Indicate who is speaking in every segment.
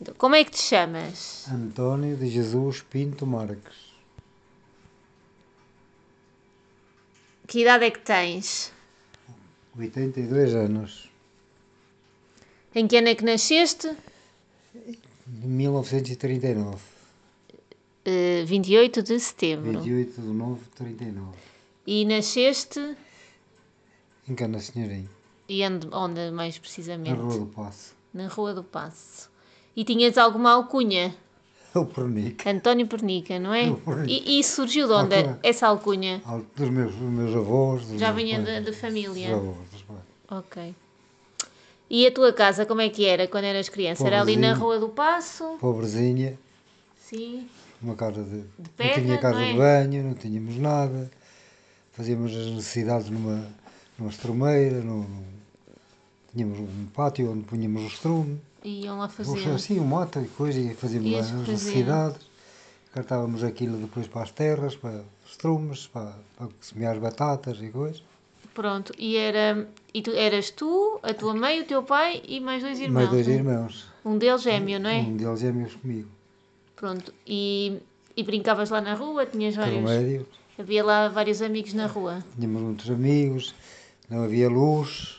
Speaker 1: Então, Como é que te chamas?
Speaker 2: Antônio de Jesus Pinto Marques.
Speaker 1: Que idade é que tens?
Speaker 2: 82 anos.
Speaker 1: Em que ano é que nasceste?
Speaker 2: De 1939.
Speaker 1: Eh, 28 de setembro.
Speaker 2: 28 de novembro de 39.
Speaker 1: E nasceste
Speaker 2: Em Cana Senhorim.
Speaker 1: e onde, onde mais
Speaker 2: Na
Speaker 1: precisamente?
Speaker 2: Rua do Passo.
Speaker 1: Na Rua do Passo. E tinhas alguma alcunha?
Speaker 2: É o Pernic.
Speaker 1: António Pernica, não é?
Speaker 2: Eu fui.
Speaker 1: E, e surgiu de onde
Speaker 2: Alcunha.
Speaker 1: essa alcunha?
Speaker 2: Al- Dos meus, dos meus avós. Dos
Speaker 1: Já
Speaker 2: meus
Speaker 1: vinha
Speaker 2: pais,
Speaker 1: da- da família.
Speaker 2: Dos avós, dos pais.
Speaker 1: Ok. E a tua casa, como é que era quando eras criança? Era ali na
Speaker 2: Pobrezinho.
Speaker 1: Rua do Passo?
Speaker 2: Pobrezinha,
Speaker 1: Sim.
Speaker 2: uma casa de.
Speaker 1: pedra,
Speaker 2: não tinha casa
Speaker 1: não é?
Speaker 2: de banho, não tínhamos nada. Fazíamos as necessidades numa, numa estrumeira, num, num- tínhamos um pátio onde punhamos o estrume.
Speaker 1: Iam lá
Speaker 2: Ou
Speaker 1: fazer.
Speaker 2: seja, assim, o mato e coisa, e fazíamos
Speaker 1: E
Speaker 2: lá as
Speaker 1: as faziam?
Speaker 2: necessidades. Cartávamos aquilo depois para as terras, para os trumes, para, para semear as batatas e coisas.
Speaker 1: Pronto. E era. E tu eras tu, a tua mãe, o teu pai e mais dois irmãos.
Speaker 2: Mais dois
Speaker 1: né?
Speaker 2: irmãos.
Speaker 1: Um deles gêmeo, não é?
Speaker 2: Um deles é meus comigo.
Speaker 1: Pronto. E, e brincavas lá na rua, tinhas vários.
Speaker 2: Intermédio.
Speaker 1: Havia lá vários amigos na rua.
Speaker 2: um Tínhamos muitos amigos, não havia luz.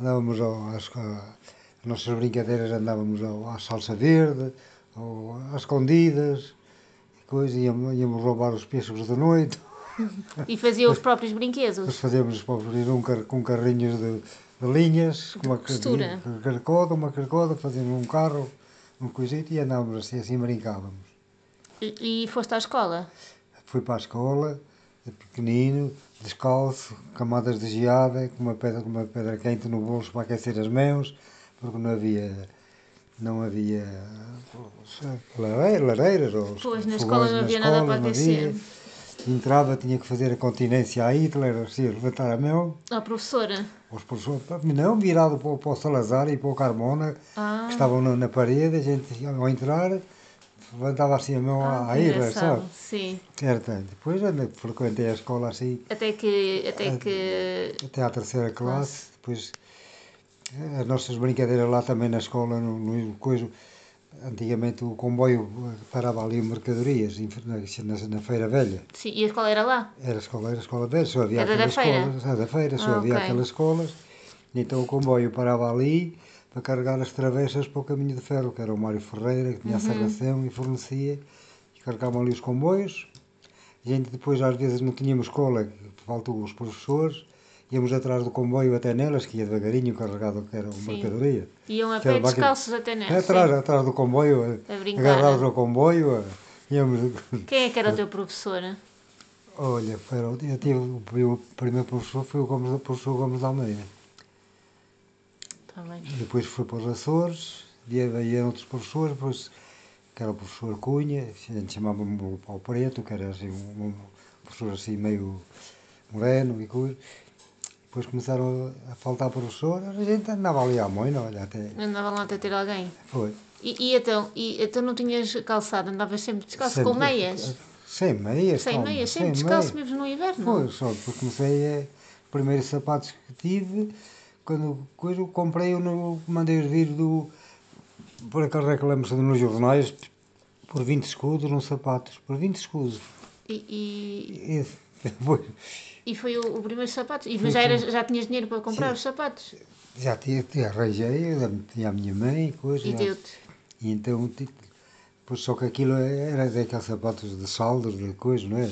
Speaker 2: Andávamos ao, às, a, as nossas brincadeiras andávamos ao, à salsa verde, ao, às escondidas, e coisa, íamos, íamos roubar os peixes da noite.
Speaker 1: E fazia os próprios brinquedos.
Speaker 2: Nós fazemos para abrir um car com carrinhos de, de linhas, com uma car-
Speaker 1: costura.
Speaker 2: uma carcoda, uma carcoda, fazíamos um carro, um coisito e andávamos assim, assim brincávamos.
Speaker 1: E, e foste à escola.
Speaker 2: Fui para a escola, de pequenino, descalço, camadas de geada, com uma pedra, com uma pedra quente no bolso para aquecer as mãos, porque não havia. Não havia lare- lareiras ou
Speaker 1: Pois, na
Speaker 2: fogões
Speaker 1: escola não havia nada para
Speaker 2: não
Speaker 1: aquecer.
Speaker 2: havia. Entrava, tinha que fazer a continência a Hitler, assim, levantar a mão,
Speaker 1: Ó, professora.
Speaker 2: Os professores, pá, não, virado para, o- para o Salazar e para o Carmona,
Speaker 1: Ah.
Speaker 2: que estavam na, na parede, a gente, ao entrar, levantava assim a mão
Speaker 1: Ah,
Speaker 2: à
Speaker 1: que
Speaker 2: ira,
Speaker 1: engraçado.
Speaker 2: sabe?
Speaker 1: Sim.
Speaker 2: Certo, depois andei- frequentei a escola assim,
Speaker 1: Até que. Até que.
Speaker 2: até à terceira classe, depois eh, as nossas brincadeiras lá também na escola, no, no coisa, antigamente o comboio eh, parava ali em mercadorias, em- na, na Feira Velha.
Speaker 1: Sim, e a escola era lá?
Speaker 2: Era a escola, era a escola velha, só havia
Speaker 1: Era da
Speaker 2: aquelas
Speaker 1: feira?
Speaker 2: escolas, era da feira, só
Speaker 1: Ah,
Speaker 2: havia
Speaker 1: ok.
Speaker 2: aquelas escolas. Então o comboio parava ali para carregar as travessas para o caminho de ferro, que era o Mário Ferreira, que tinha a
Speaker 1: Uhum.
Speaker 2: serração e fornecia, e carregavam ali os comboios. A gente depois às vezes não tínhamos escola, faltou os professores, íamos atrás do comboio até nelas, que ia devagarinho carregado, que era uma
Speaker 1: Sim.
Speaker 2: mercadoria.
Speaker 1: Iam a
Speaker 2: Aquela
Speaker 1: pé
Speaker 2: máquina-
Speaker 1: descalços até nessa.
Speaker 2: Atrás, atrás do comboio,
Speaker 1: A brincar. né?
Speaker 2: agarrados ao comboio, íamos...
Speaker 1: Quem é que era o teu professor?
Speaker 2: Olha, foi, eu tive, o meu primeiro professor foi o Gomes, o professor Gomes de Almeida.
Speaker 1: Está Tá bem.
Speaker 2: Depois fui para os Açores, vieram, vieram outros professores, depois, que era o professor Cunha, a gente chamava-me o Pau Preto, que era assim, um, um professor assim meio moreno e coisa. Depois começaram a, a faltar professores, a gente andava ali à moina, olha, até
Speaker 1: Andava lá até ter alguém.
Speaker 2: foi.
Speaker 1: E, e então, e então não tinhas calçado, andavas sempre descalço,
Speaker 2: Sempre-
Speaker 1: com meias?
Speaker 2: Sem meias,
Speaker 1: Sem
Speaker 2: calma,
Speaker 1: meias,
Speaker 2: sem
Speaker 1: sempre descalço
Speaker 2: meias.
Speaker 1: mesmo no inverno?
Speaker 2: Foi, só depois comecei a. Os primeiros sapatos que tive, quando coisa, comprei, um eu não mandei-os vir do. Por acaso reclamo-se nos jornais, por 20 escudos, uns sapatos, por 20 escudos.
Speaker 1: E, e,
Speaker 2: E depois,
Speaker 1: e foi o, o primeiro sapato? E, mas já, eras, já tinhas dinheiro para comprar os sapatos?
Speaker 2: já tinha, tinha- arranjei, eu tinha a minha mãe e coisa.
Speaker 1: E
Speaker 2: já-
Speaker 1: deu-te.
Speaker 2: e então, ti- pois só que aquilo era daqueles sapatos de saldos, de coisa, não é?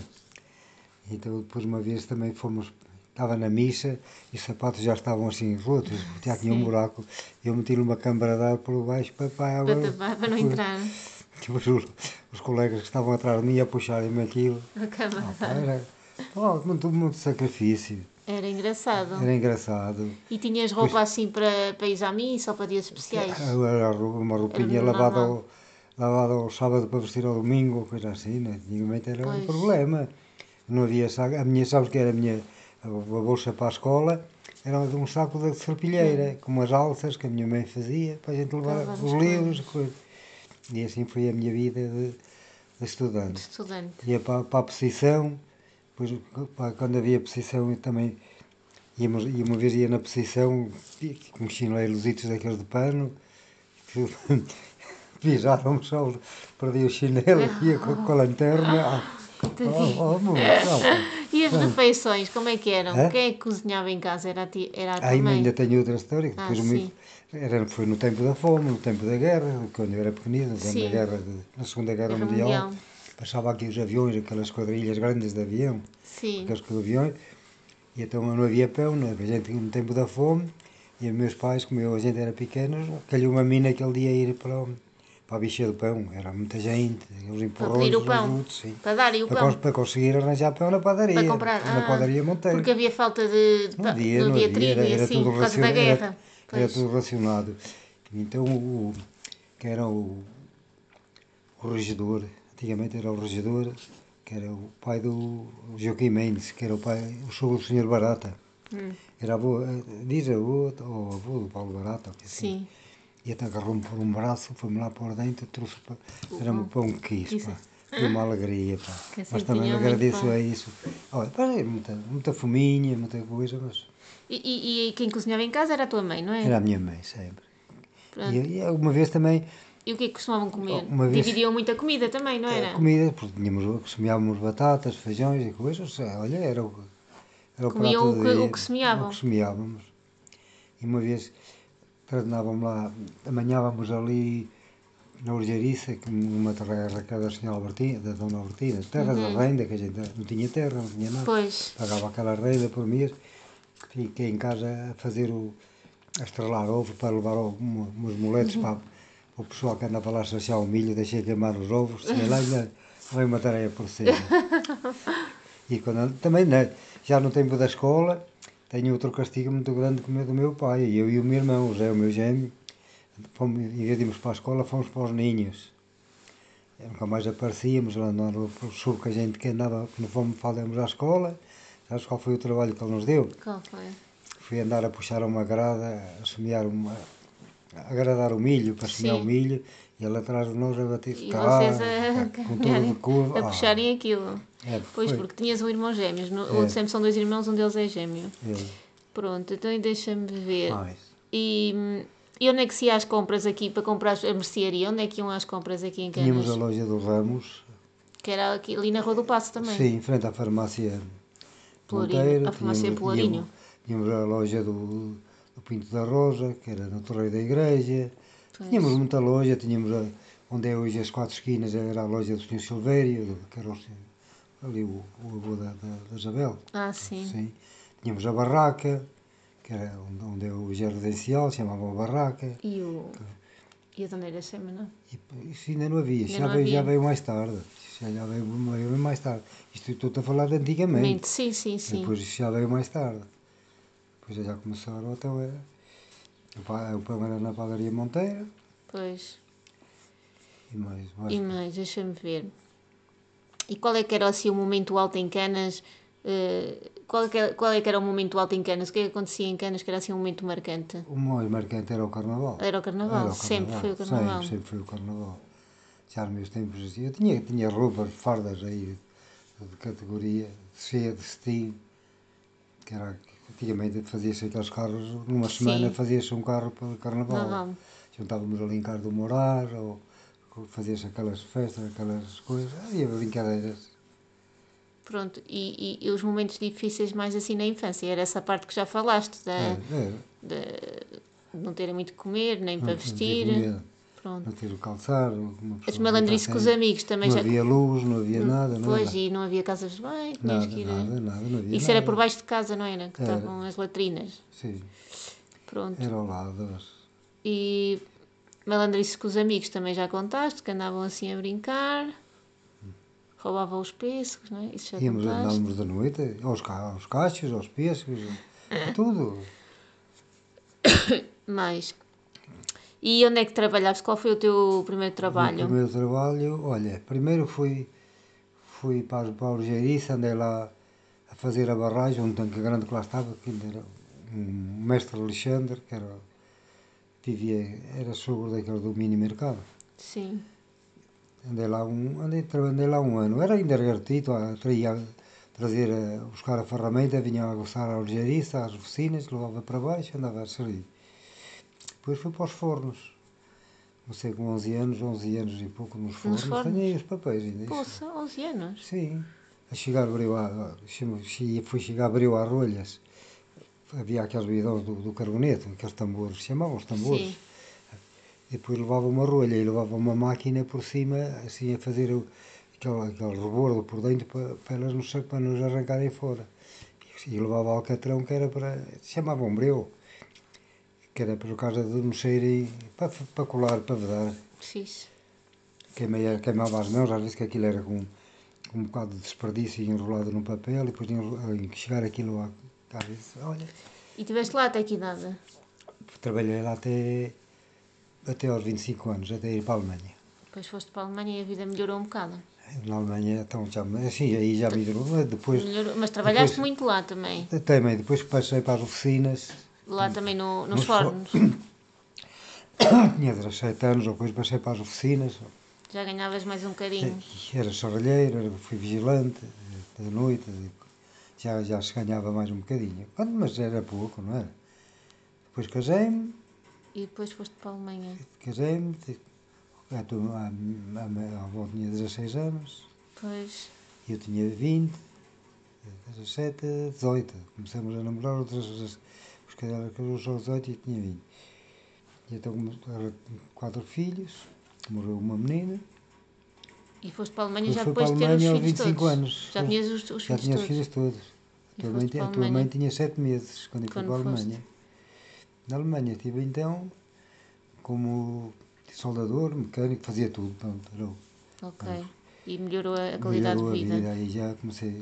Speaker 2: Então, depois, uma vez também fomos, estava na missa e os sapatos já estavam assim rotos, já tinha um
Speaker 1: Sim.
Speaker 2: buraco. E eu meti-lhe uma cambradar por baixo para, para a água.
Speaker 1: Para, tapar- para não
Speaker 2: Depois,
Speaker 1: entrar
Speaker 2: depois os, os colegas que estavam atrás de mim a puxarem-me aquilo.
Speaker 1: na cama.
Speaker 2: Pá, Era oh, muito, muito sacrifício,
Speaker 1: Era engraçado.
Speaker 2: era engraçado.
Speaker 1: E tinhas roupa assim para, para ir à missa ou para dias especiais?
Speaker 2: Eh, Era uma roupinha
Speaker 1: Era
Speaker 2: lavada
Speaker 1: normal.
Speaker 2: ao, lavada ao sábado para vestir ao domingo, ou coisa assim, né? antigamente era
Speaker 1: Pois.
Speaker 2: um problema. Não havia saco. A minha, sabes que era a minha a bolsa para a escola? Era de um saco de serpilheira, com umas alças que a minha mãe fazia para a gente levar
Speaker 1: levar as
Speaker 2: os livros. e coisa. E assim foi a minha vida de, de
Speaker 1: De
Speaker 2: estudante.
Speaker 1: estudante.
Speaker 2: Ia para, para a posição, depois pá, quando havia posição eu também íamos, e uma vez ia na posição com chineleiros daqueles de pano, que Pisaram-me só, perdi o chinelo e ia com, com a lanterna. Ah,
Speaker 1: Coitadinho. Ah,
Speaker 2: oh, oh, moço,
Speaker 1: E as refeições, como é que eram?
Speaker 2: Hã?
Speaker 1: Quem é que cozinhava em casa? Era a, ti, era a tua
Speaker 2: Aí
Speaker 1: mãe?
Speaker 2: ainda tenho outra história, que
Speaker 1: Ah,
Speaker 2: depois
Speaker 1: sim.
Speaker 2: muito, era, foi no tempo da fome, no tempo da guerra, quando eu era pequenino, no tempo
Speaker 1: Sim.
Speaker 2: da guerra, de- na Segunda Guerra,
Speaker 1: Guerra
Speaker 2: mundial,
Speaker 1: Mundial.
Speaker 2: passava aqui os aviões, aquelas quadrilhas grandes de avião,
Speaker 1: Sim.
Speaker 2: aqueles com aviões, e então não havia pão, não havia gente no tempo da fome, e os meus pais, como eu, a gente era pequenos, calhou uma mina aquele dia ir para, o- para a bicha do pão, era muita gente, eles empurrões,
Speaker 1: pedir o
Speaker 2: uns
Speaker 1: pão.
Speaker 2: outros, sim.
Speaker 1: Para dar e o
Speaker 2: Para,
Speaker 1: pão.
Speaker 2: cons- para conseguir arranjar pão na padaria,
Speaker 1: Para comprar.
Speaker 2: na
Speaker 1: ah,
Speaker 2: padaria Monteiro. Um
Speaker 1: Porque havia falta de, de
Speaker 2: Não
Speaker 1: pa-
Speaker 2: havia,
Speaker 1: do
Speaker 2: não havia,
Speaker 1: Tá, trigo
Speaker 2: era,
Speaker 1: e
Speaker 2: era
Speaker 1: assim,
Speaker 2: tudo
Speaker 1: por causa da
Speaker 2: racionado. Era,
Speaker 1: guerra.
Speaker 2: era
Speaker 1: Pois.
Speaker 2: tudo racionado. Então, o, que era o, o regedor, antigamente era o regedor, que era o pai do Joaquim Mendes, que era o pai, o sogro do senhor Barata.
Speaker 1: Hum,
Speaker 2: Era avô, eh, diz avô, ou avô do Paulo Barata, ou que assim.
Speaker 1: sim.
Speaker 2: E até agarrou-me por um braço, foi-me lá por dentro, trouxe para.
Speaker 1: O
Speaker 2: Era-me o pão que quis,
Speaker 1: Isso.
Speaker 2: pá. Foi uma alegria, pá.
Speaker 1: Que assim
Speaker 2: mas também
Speaker 1: tinha muito
Speaker 2: agradeço
Speaker 1: pão.
Speaker 2: a isso. Olha, pá, é muita, muita fominha, muita coisa, mas
Speaker 1: E, e- e quem cozinhava em casa era a tua mãe, não é?
Speaker 2: era a minha mãe sempre.
Speaker 1: Pronto.
Speaker 2: E, e alguma vez também,
Speaker 1: E o que é que costumavam comer?
Speaker 2: Oh, Uma vez-
Speaker 1: Dividiam muita comida também, não
Speaker 2: eh,
Speaker 1: era?
Speaker 2: comida, porque tínhamos, semeávamos batatas, feijões e coisas, olha, era o, era o
Speaker 1: Comiam
Speaker 2: prato
Speaker 1: o que-
Speaker 2: de-
Speaker 1: o que semeavam.
Speaker 2: O que semeávamos. E uma vez, pernávamos lá, amanhávamos ali na Urgeriça, que numa terra que era da senhora Albertina, da dona Albertina, terra
Speaker 1: Uhum.
Speaker 2: da renda, que a gente não tinha terra, não tinha nada.
Speaker 1: Pois.
Speaker 2: pagava aquela renda por mês, fiquei em casa a fazer o. a estrelar ovo para levar o- um- uns moletes para, para o pessoal que andava lá a saciar o milho, deixei queimar os ovos, cheguei lá e ainda veio uma tarefa por cima. E quando, também né, já no tempo da escola tenho outro castigo muito grande como o do meu pai, eu e o meu irmão, o José, o meu gêmeo, fomos, em vez de irmos para a escola, fomos para os ninhos. E Nunca mais aparecíamos, lá no, no sul que a gente que andava, que não fomos, falamos à escola, sabes qual foi o trabalho que ele nos deu?
Speaker 1: Qual foi?
Speaker 2: Fui andar a puxar uma grada, a semear uma, a agradar o milho, para semear
Speaker 1: Sim.
Speaker 2: o milho, e ele atrás de nós a bater
Speaker 1: E
Speaker 2: cá,
Speaker 1: vocês a,
Speaker 2: com tudo de curva.
Speaker 1: a puxarem aquilo.
Speaker 2: Ah, é,
Speaker 1: Pois,
Speaker 2: foi. É.
Speaker 1: porque tinhas um irmão gêmeos. No, Onde sempre são dois irmãos, um deles é gêmeo.
Speaker 2: Ele,
Speaker 1: Pronto, então e deixa-me ver.
Speaker 2: mais.
Speaker 1: E, hum, e onde é que se ia às compras aqui para comprar a mercearia? Onde é que iam às compras aqui em
Speaker 2: Tínhamos a
Speaker 1: Canas?
Speaker 2: loja do Ramos,
Speaker 1: Que era aqui, ali na Rua do Passo também.
Speaker 2: Sim, em frente à farmácia
Speaker 1: Pelourinho,
Speaker 2: Monteiro.
Speaker 1: à farmácia Pelourinho.
Speaker 2: Tínhamos, tínhamos a loja do, do Pinto da Rosa, que era no Torreio da Igreja.
Speaker 1: Pois.
Speaker 2: Tínhamos muita loja, tínhamos a- onde é hoje as quatro esquinas, era a loja do Sr. Silvério, do- que era o, senhor- ali o, o avô da, da, da Isabel.
Speaker 1: Ah, sim.
Speaker 2: Sim. Tínhamos a Barraca, que era onde, onde é hoje a residencial, chamavam a Barraca.
Speaker 1: E o. E a Dona Iracema, não? é?
Speaker 2: E isso ainda não havia,
Speaker 1: Ainda
Speaker 2: já,
Speaker 1: não
Speaker 2: veio, já
Speaker 1: havia.
Speaker 2: veio mais tarde. Já, já veio, veio mais tarde. Isto estou a falar de antigamente.
Speaker 1: Mente, Sim, sim, sim.
Speaker 2: Depois isso já veio mais tarde. Depois já começaram, então era. O pa- o pão era na padaria Monteiro
Speaker 1: Pois.
Speaker 2: e mais. mais
Speaker 1: E mais, deixa-me ver. E qual é que era assim, o momento alto em Canas? Eh, qual, é que, qual é que era o momento alto em Canas? O que é que acontecia em Canas que era assim um momento marcante?
Speaker 2: O mais marcante era o carnaval.
Speaker 1: Era o carnaval, sempre foi o carnaval.
Speaker 2: Sempre, sempre foi o carnaval. Já nos meus tempos assim, eu tinha, tinha roupas, fardas aí de, de categoria, cheia de cetim, que era antigamente fazia-se aqueles carros, numa
Speaker 1: Sim.
Speaker 2: semana fazia-se um carro para o carnaval.
Speaker 1: Carnaval.
Speaker 2: Juntávamos ali em Cardo do Morar, ou fazia-se aquelas festas, aquelas coisas, havia brincadeiras.
Speaker 1: Pronto, e, e- e os momentos difíceis mais assim na infância? Era essa parte que já falaste, da,
Speaker 2: É, é,
Speaker 1: de não terem muito que comer, nem para
Speaker 2: não
Speaker 1: vestir.
Speaker 2: tinha comida,
Speaker 1: Pronto.
Speaker 2: Não ter o calçado, uma
Speaker 1: As
Speaker 2: pessoa
Speaker 1: malandrices com os
Speaker 2: sem-
Speaker 1: amigos também
Speaker 2: Não
Speaker 1: já. Hum,
Speaker 2: havia luz, não havia nada, não
Speaker 1: pois,
Speaker 2: era?
Speaker 1: e não havia casas de banho, tinhas
Speaker 2: Nada,
Speaker 1: que ir. a-
Speaker 2: nada, nada, não havia
Speaker 1: Isso
Speaker 2: nada.
Speaker 1: era por baixo de casa, não era? Que
Speaker 2: Era.
Speaker 1: estavam as latrinas.
Speaker 2: Sim,
Speaker 1: Pronto.
Speaker 2: era ao lado. mas-
Speaker 1: E malandrices com os amigos também já contaste, que andavam assim a brincar, roubavam os pêssegos, não é? Isso já
Speaker 2: Íamos,
Speaker 1: contaste.
Speaker 2: andávamos da noite, aos, ca- aos cachos, aos pêssegos,
Speaker 1: É.
Speaker 2: a tudo.
Speaker 1: Mais. E onde é que trabalhavas? Qual foi o teu primeiro
Speaker 2: O
Speaker 1: trabalho?
Speaker 2: primeiro trabalho, olha, primeiro fui, fui para, as- para a Algeriça, andei lá a fazer a barragem, um tanque grande que lá estava, que ainda era um mestre Alexandre, que era, vivia, era sogro daquele do mini mercado.
Speaker 1: Sim.
Speaker 2: Andei lá um, andei, trabalhei lá um ano. Era ainda garotito, a traía, trazer, a buscar a ferramenta, vinha a gostar à algeriça, às oficinas, levava para baixo, andava a servir. Depois fui para os fornos. não sei, com 11 anos, 11 anos e pouco nos fornos,
Speaker 1: fornos?
Speaker 2: tenho aí os papéis ainda. isso.
Speaker 1: Poxa, 11 anos.
Speaker 2: Sim, a chegar abriu a, chama- che- foi chegar abriu a rolhas. Havia aqueles bidões do, do carboneto, aqueles tambores, chamavam os tambores.
Speaker 1: Sim.
Speaker 2: E depois levava uma rolha e levava uma máquina por cima, assim a fazer o- aquele, aquele rebordo por dentro para, para elas nos, para nos arrancarem fora. E, levava alcatrão que era para. chamavam breu, que era por causa de mexerem, para, para colar, para vedar
Speaker 1: Fixe.
Speaker 2: queimei, queimava as mãos, às vezes que aquilo era com, com um bocado de desperdício enrolado num papel e depois enro- em que chegar aquilo a, às vezes, olha,
Speaker 1: E tiveste lá até que idade?
Speaker 2: trabalhei lá até, até aos 25 anos, até ir para a Alemanha.
Speaker 1: Depois foste para a Alemanha e a vida melhorou um bocado.
Speaker 2: Na Alemanha, então já, me- assim, aí já me durou, mas depois,
Speaker 1: Melhorou- Mas trabalhaste
Speaker 2: depois-
Speaker 1: muito lá também.
Speaker 2: também, depois passei para as oficinas,
Speaker 1: Lá também no- nos
Speaker 2: Nos for-
Speaker 1: fornos.
Speaker 2: tinha 17 anos ou coisa, passei para as oficinas,
Speaker 1: Já ganhavas mais um bocadinho.
Speaker 2: Era serralheiro, era- fui vigilante eh, da noite, de- já, já se ganhava mais um bocadinho. Quando- Mas era pouco, não era? Depois casei-me,
Speaker 1: E depois foste para a Alemanha.
Speaker 2: casei-me, te- a tua- a- a- a minha avó tinha 16 anos,
Speaker 1: Pois.
Speaker 2: eu tinha 20, eh, 17, 18. Começamos a namorar outras vezes, porque ela casou só aos 18 e eu tinha 20. E então como- era quatro filhos, morreu uma menina,
Speaker 1: E foste para a Alemanha
Speaker 2: Eu
Speaker 1: já
Speaker 2: fui
Speaker 1: depois
Speaker 2: para
Speaker 1: de
Speaker 2: a
Speaker 1: ter os
Speaker 2: Alemanha aos
Speaker 1: filhos
Speaker 2: 25
Speaker 1: todos.
Speaker 2: anos.
Speaker 1: Já tinhas os, os
Speaker 2: já
Speaker 1: filhos
Speaker 2: tinha os
Speaker 1: todos.
Speaker 2: filhos
Speaker 1: E
Speaker 2: todos. A tua,
Speaker 1: foste
Speaker 2: mãe,
Speaker 1: para a
Speaker 2: a tua mãe
Speaker 1: Alemanha.
Speaker 2: tinha sete meses quando eu fui
Speaker 1: Quando
Speaker 2: para a
Speaker 1: foste.
Speaker 2: Alemanha. Na Alemanha estive então como soldador, mecânico, fazia tudo. Pronto, era o-
Speaker 1: Ok. E melhorou a, a qualidade
Speaker 2: melhorou
Speaker 1: de vida.
Speaker 2: Aí já comecei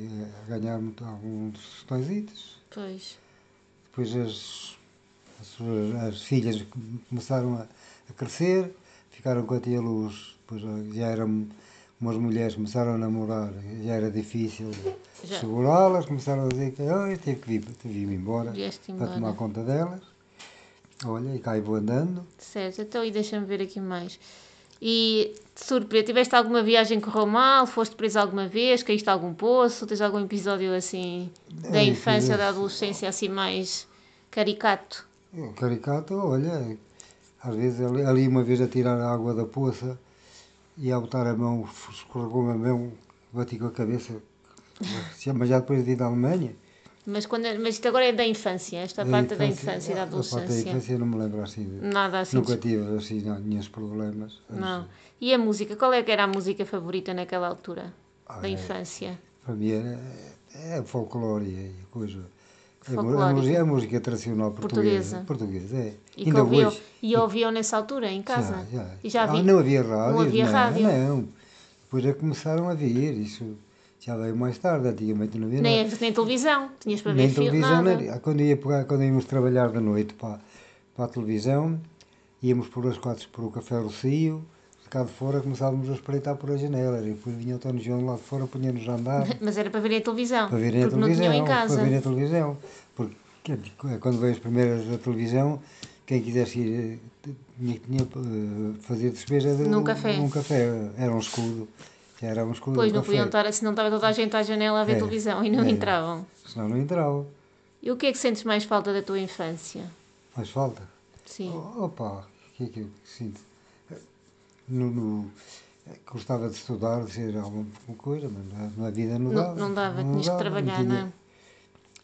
Speaker 2: a ganhar muito- alguns tostõezitos.
Speaker 1: Pois.
Speaker 2: Depois as, as, suas- as filhas começaram a, a crescer, ficaram com a tia Luz. Depois já eram umas mulheres, começaram a namorar, já era difícil
Speaker 1: Já.
Speaker 2: segurá-las, começaram a dizer que "Ah, eu tive que vir, tive que vir embora
Speaker 1: Vieste
Speaker 2: para tomar
Speaker 1: embora.
Speaker 2: conta delas. Olha, e cá eu vou andando.
Speaker 1: Certo. Então, e deixa-me ver aqui mais. E, de surpresa, tiveste alguma viagem que correu mal? Foste preso alguma vez? Caíste a algum poço? Tens algum episódio assim da
Speaker 2: Eh,
Speaker 1: infância ou da
Speaker 2: tive-
Speaker 1: adolescência assim mais caricato?
Speaker 2: O é um caricato, olha, às vezes ali, ali uma vez a tirar a água da poça e a botar a mão, escorregou-me a mão, bati com a cabeça, mas já depois de ir da Alemanha.
Speaker 1: Mas, quando, mas isto agora é da infância, esta parte da infância e da
Speaker 2: a parte Eh, da
Speaker 1: adolescência.
Speaker 2: infância não me lembro assim. de-
Speaker 1: Nada assim.
Speaker 2: Nunca tive assim não, nenhum problemas.
Speaker 1: Não. E a música? Qual é que era a música favorita naquela altura?
Speaker 2: Ah,
Speaker 1: da
Speaker 2: é.
Speaker 1: infância?
Speaker 2: Para mim era, é folclore e coisa. É mu- É,
Speaker 1: Folclórico.
Speaker 2: música, é música tradicional portuguesa. Portuguesa, é.
Speaker 1: E que ouviam, e ouviam nessa altura, em casa?
Speaker 2: Já, já.
Speaker 1: E já
Speaker 2: Ah,
Speaker 1: vi.
Speaker 2: não havia rádio.
Speaker 1: Não havia rádio.
Speaker 2: Não. Depois é que começaram a vir. Isso já veio mais tarde. Antigamente não havia
Speaker 1: nem,
Speaker 2: nada.
Speaker 1: nem televisão, tinhas para ver
Speaker 2: Nem
Speaker 1: filme,
Speaker 2: televisão.
Speaker 1: nada.
Speaker 2: nem- Quando, ia pegar, quando íamos trabalhar de noite para, para a televisão, íamos por as quatro para o Café Rocio. Cá de fora começávamos a espreitar por a janela. E depois vinha o Tony João lá de fora, punha-nos a andar.
Speaker 1: Mas era para verem a televisão,
Speaker 2: Para verem a
Speaker 1: porque não
Speaker 2: televisão.
Speaker 1: tinham em casa.
Speaker 2: Para verem a televisão. Porque quer- é quando veio as primeiras da televisão, quem quisesse ir eh, tinha, tinha eh, fazer despesa de
Speaker 1: Num
Speaker 2: um,
Speaker 1: café.
Speaker 2: um café. Era um escudo. Já era um escudo.
Speaker 1: Pois
Speaker 2: do
Speaker 1: não
Speaker 2: café.
Speaker 1: podiam estar, senão estava toda a gente à janela a ver
Speaker 2: É,
Speaker 1: televisão e não
Speaker 2: é.
Speaker 1: entravam.
Speaker 2: Senão não entrava.
Speaker 1: E o que é que sentes mais falta da tua infância?
Speaker 2: Faz falta.
Speaker 1: Sim.
Speaker 2: O- Opa, o que é que eu sinto? No, no, gostava de estudar, de ser alguma coisa, mas na- na vida não
Speaker 1: não,
Speaker 2: dava.
Speaker 1: não dava, tinhas que trabalhar,
Speaker 2: tinha-
Speaker 1: não é?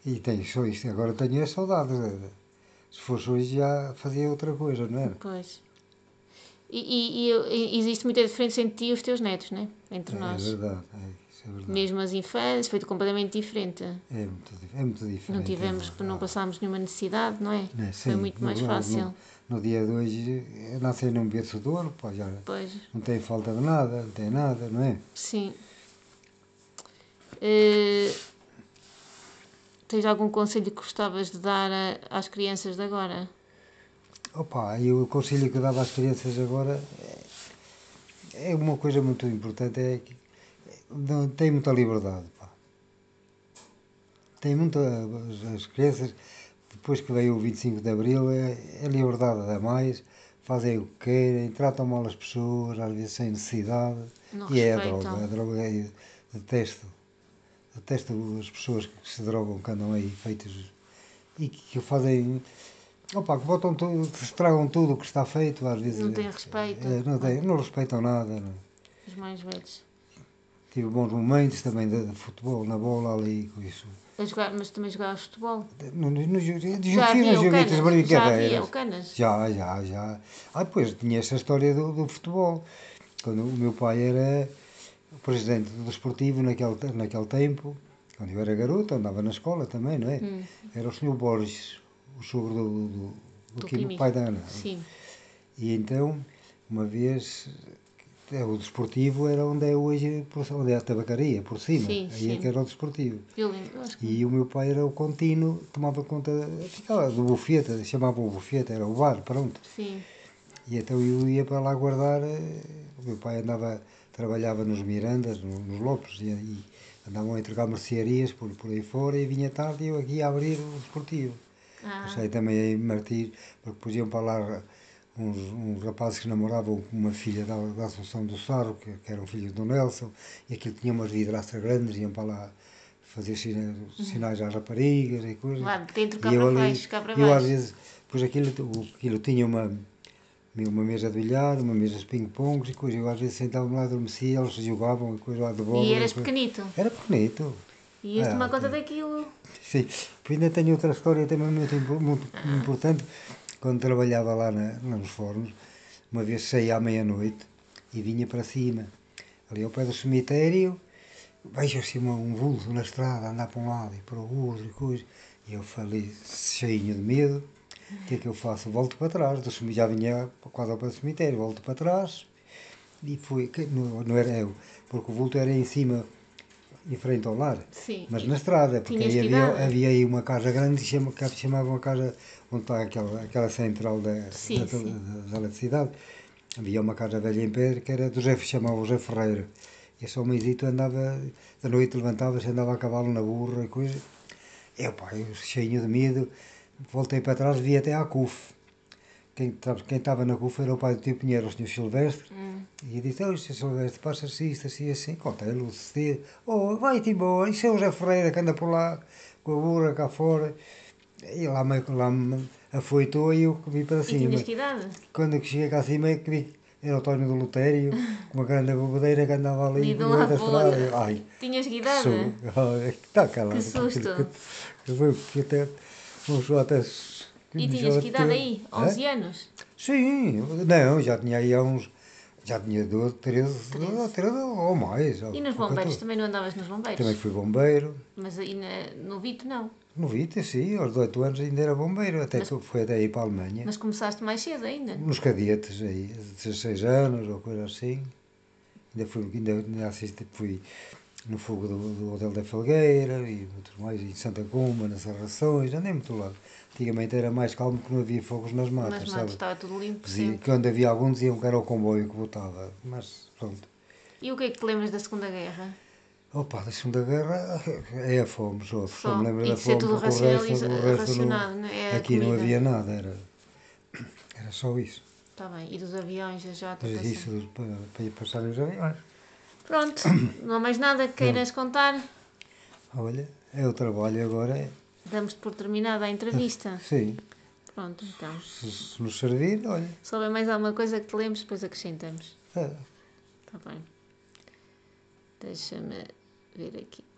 Speaker 2: E tenho só isto, agora tenho as saudades. eh, Se fosse hoje já fazia outra coisa, não é? era?
Speaker 1: Pois. E, e- e- e existe muita diferença entre ti e os teus netos, né? Entre
Speaker 2: É
Speaker 1: nós.
Speaker 2: verdade, é, isso é verdade.
Speaker 1: Mesmo as infâncias, foi completamente diferente.
Speaker 2: É, muito, dif- é muito diferente.
Speaker 1: Não tivemos,
Speaker 2: é
Speaker 1: não
Speaker 2: verdade.
Speaker 1: passámos nenhuma necessidade, não é?
Speaker 2: Né,
Speaker 1: Foi
Speaker 2: sim,
Speaker 1: muito
Speaker 2: no-
Speaker 1: mais
Speaker 2: no-
Speaker 1: fácil.
Speaker 2: No, no dia de hoje, eh, nascem num vencedor, pá, já
Speaker 1: Pois,
Speaker 2: não tem falta de nada, não tem nada, não é?
Speaker 1: sim. Eh, tens algum conselho que gostavas de dar a- às crianças de agora?
Speaker 2: Opa, e o conselho que eu dava às crianças agora é, é uma coisa muito importante, é que não, tem muita liberdade, pá. Tem muita, as, as crianças, depois que veio o 25 de Abril, é, é liberdade a mais, fazem o que querem, tratam mal as pessoas, às vezes sem necessidade,
Speaker 1: Não
Speaker 2: e é a
Speaker 1: respeitam.
Speaker 2: droga, a droga é, detesto, detesto as pessoas que se drogam, que andam aí feitas, e que, que fazem Opa, que botam tudo, que estragam tudo o que está feito, às vezes.
Speaker 1: Não têm respeito.
Speaker 2: É, não, têm, não respeitam nada. não é?
Speaker 1: Os mais velhos.
Speaker 2: Tive bons momentos também de, de futebol, na bola ali, com isso.
Speaker 1: A jogar, mas também jogavas futebol.
Speaker 2: De- No, no, no, ju- de
Speaker 1: Já
Speaker 2: juventude,
Speaker 1: havia o
Speaker 2: nas juventudes
Speaker 1: Canas. Já havia
Speaker 2: brincadeiras.
Speaker 1: o Canas.
Speaker 2: Já, já, já. Ah, pois, tinha essa história do, do futebol. Quando o meu pai era o presidente do desportivo naquele, te- naquele tempo, quando eu era garoto, andava na escola também, não é?
Speaker 1: Hum,
Speaker 2: Era o senhor Borges, o sogro do, do, do,
Speaker 1: Do
Speaker 2: Quim-
Speaker 1: Quimi.
Speaker 2: pai da Ana.
Speaker 1: Sim.
Speaker 2: E então, uma vez, é, o desportivo era onde é hoje, por- onde é a tabacaria, por cima.
Speaker 1: Sim,
Speaker 2: Aí é
Speaker 1: sim.
Speaker 2: que era o desportivo.
Speaker 1: Eu lembro. eu acho que-
Speaker 2: E o meu pai era o contínuo, tomava conta, ficava do bufete, chamava o bufete, era o bar, pronto.
Speaker 1: Sim.
Speaker 2: E então eu ia para lá guardar, eh, o meu pai andava, trabalhava nos Mirandas, no- nos Lopes, e, e andavam a entregar mercearias por, por aí fora, e vinha tarde e eu aqui a abrir o desportivo.
Speaker 1: Ah,
Speaker 2: Passei também aí em Martins, porque depois iam para lá uns, uns rapazes que namoravam com uma filha da, da Assunção do Sarro, que, que eram filhos do Nelson, e aquilo tinha umas vidraças grandes, iam para lá fazer sina- sinais às raparigas e coisas.
Speaker 1: Uhum. lá de dentro, cá
Speaker 2: E eu
Speaker 1: para
Speaker 2: ali-
Speaker 1: baixo, cá para
Speaker 2: eu às
Speaker 1: baixo.
Speaker 2: vezes, pois aquilo, o- aquilo tinha uma, uma mesa de bilhar, uma mesa de ping-pongs e coisas, eu às vezes sentava-me lá, adormecia, eles jogavam e coisa lá de bola.
Speaker 1: E eras
Speaker 2: coisa.
Speaker 1: pequenito.
Speaker 2: Era pequenito.
Speaker 1: E ias
Speaker 2: Ah,
Speaker 1: tomar conta
Speaker 2: ok.
Speaker 1: daquilo.
Speaker 2: Sim, Pois ainda tenho outra história também muito, impo- muito importante. Quando trabalhava lá na, lá nos fornos, uma vez saí à meia-noite e vinha para cima. Ali ao pé do cemitério, vejo assim uma- um vulto na estrada, andar para um lado e para o outro e coisa. E eu falei, cheinho de medo, o que é que eu faço? Volto para trás, do cemi- já vinha quase ao pé do cemitério, volto para trás e fui, que- não, não era eu, porque o vulto era em cima, em frente ao lar.
Speaker 1: Sim.
Speaker 2: Mas na estrada, porque
Speaker 1: Tinhas
Speaker 2: aí
Speaker 1: que idade?
Speaker 2: havia, havia aí uma casa grande que chama- que chamavam a casa onde está aquela, aquela central da,
Speaker 1: Sim,
Speaker 2: da,
Speaker 1: sim.
Speaker 2: da- da eletricidade. Havia uma casa velha em pedra que era do José, chamava José Ferreira. Esse homenzito andava, da noite levantava-se, andava a cavalo na burra e coisa. Eu, pá, eu cheinho de medo, voltei para trás, vi até à CUF. Quem sabes, quem estava na CUF era o pai do tio Pinheiro, o senhor Silvestre.
Speaker 1: Hum.
Speaker 2: E eu disse, olha, Sr. Silvestre, passa-se isto, assim, assim, contei-lhe o sucedido. Oh, vai-te embora, isso é o Zé Ferreira que anda por lá, com a burra cá fora. E lá me, lá me afoitou e eu vi para
Speaker 1: E
Speaker 2: cima.
Speaker 1: tinhas que idade?
Speaker 2: Quando eu cheguei cá acima, é que vi que era o António do Lutério, com uma grande bobadeira que andava ali.
Speaker 1: E de
Speaker 2: no
Speaker 1: um
Speaker 2: meio
Speaker 1: lado
Speaker 2: da
Speaker 1: para o outro.
Speaker 2: estrada. Ai,
Speaker 1: Tinhas que
Speaker 2: que susto.
Speaker 1: idade?
Speaker 2: Ai, Está calado.
Speaker 1: né? Que susto.
Speaker 2: Que foi que até... Uma pessoa até... se-
Speaker 1: E
Speaker 2: me
Speaker 1: tinhas que
Speaker 2: bateu.
Speaker 1: idade aí?
Speaker 2: Hã?
Speaker 1: 11 anos?
Speaker 2: Então, Sim, não, já tinha aí há uns. Já tinha 12, 13,
Speaker 1: Treze.
Speaker 2: 13. 13 ou mais. ou
Speaker 1: E nos
Speaker 2: 14.
Speaker 1: bombeiros? Também não andavas nos bombeiros?
Speaker 2: então, Também fui bombeiro.
Speaker 1: Mas aí na- no Vito não.
Speaker 2: No Vita, sim, aos 18 anos ainda era bombeiro, até
Speaker 1: Mas-
Speaker 2: que foi até aí para a Alemanha.
Speaker 1: Mas começaste mais cedo ainda.
Speaker 2: Nos cadetes aí, 16 anos ou coisa assim. Ainda fui, ainda, ainda assisti, fui no fogo do, do Hotel da Felgueira e outros mais, em Santa Cumba, nas Serrações, andei muito lado. Antigamente era mais calmo porque não havia fogos nas matas,
Speaker 1: Mas
Speaker 2: sabe?
Speaker 1: matos estava tudo limpo
Speaker 2: Dizia,
Speaker 1: sempre.
Speaker 2: que onde havia algum diziam que era o comboio que botava, mas pronto.
Speaker 1: E o que é que te lembras da Segunda Guerra?
Speaker 2: Opa, da Segunda Guerra é a fome, só, só,
Speaker 1: Só.
Speaker 2: me lembro
Speaker 1: E
Speaker 2: da
Speaker 1: de ser
Speaker 2: fome,
Speaker 1: tudo
Speaker 2: porque o resto,
Speaker 1: racionaliza-
Speaker 2: o resto
Speaker 1: racionado,
Speaker 2: não,
Speaker 1: não é? A
Speaker 2: aqui não
Speaker 1: comida.
Speaker 2: havia nada, era, era só isso.
Speaker 1: Está Tá bem. E dos aviões, das jatas,
Speaker 2: Mas
Speaker 1: assim.
Speaker 2: isso dos- para, para ir passar os aviões,
Speaker 1: Pronto. Não há mais nada que queiras contar?
Speaker 2: olha, é o trabalho agora, é,
Speaker 1: Damos-te por terminada a entrevista.
Speaker 2: sim,
Speaker 1: Pronto, então.
Speaker 2: se, se nos servir, olha, tá.
Speaker 1: Se houver mais alguma coisa que te lembres, depois Tá acrescentamos.
Speaker 2: é,
Speaker 1: Está bem. Deixa-me ver aqui.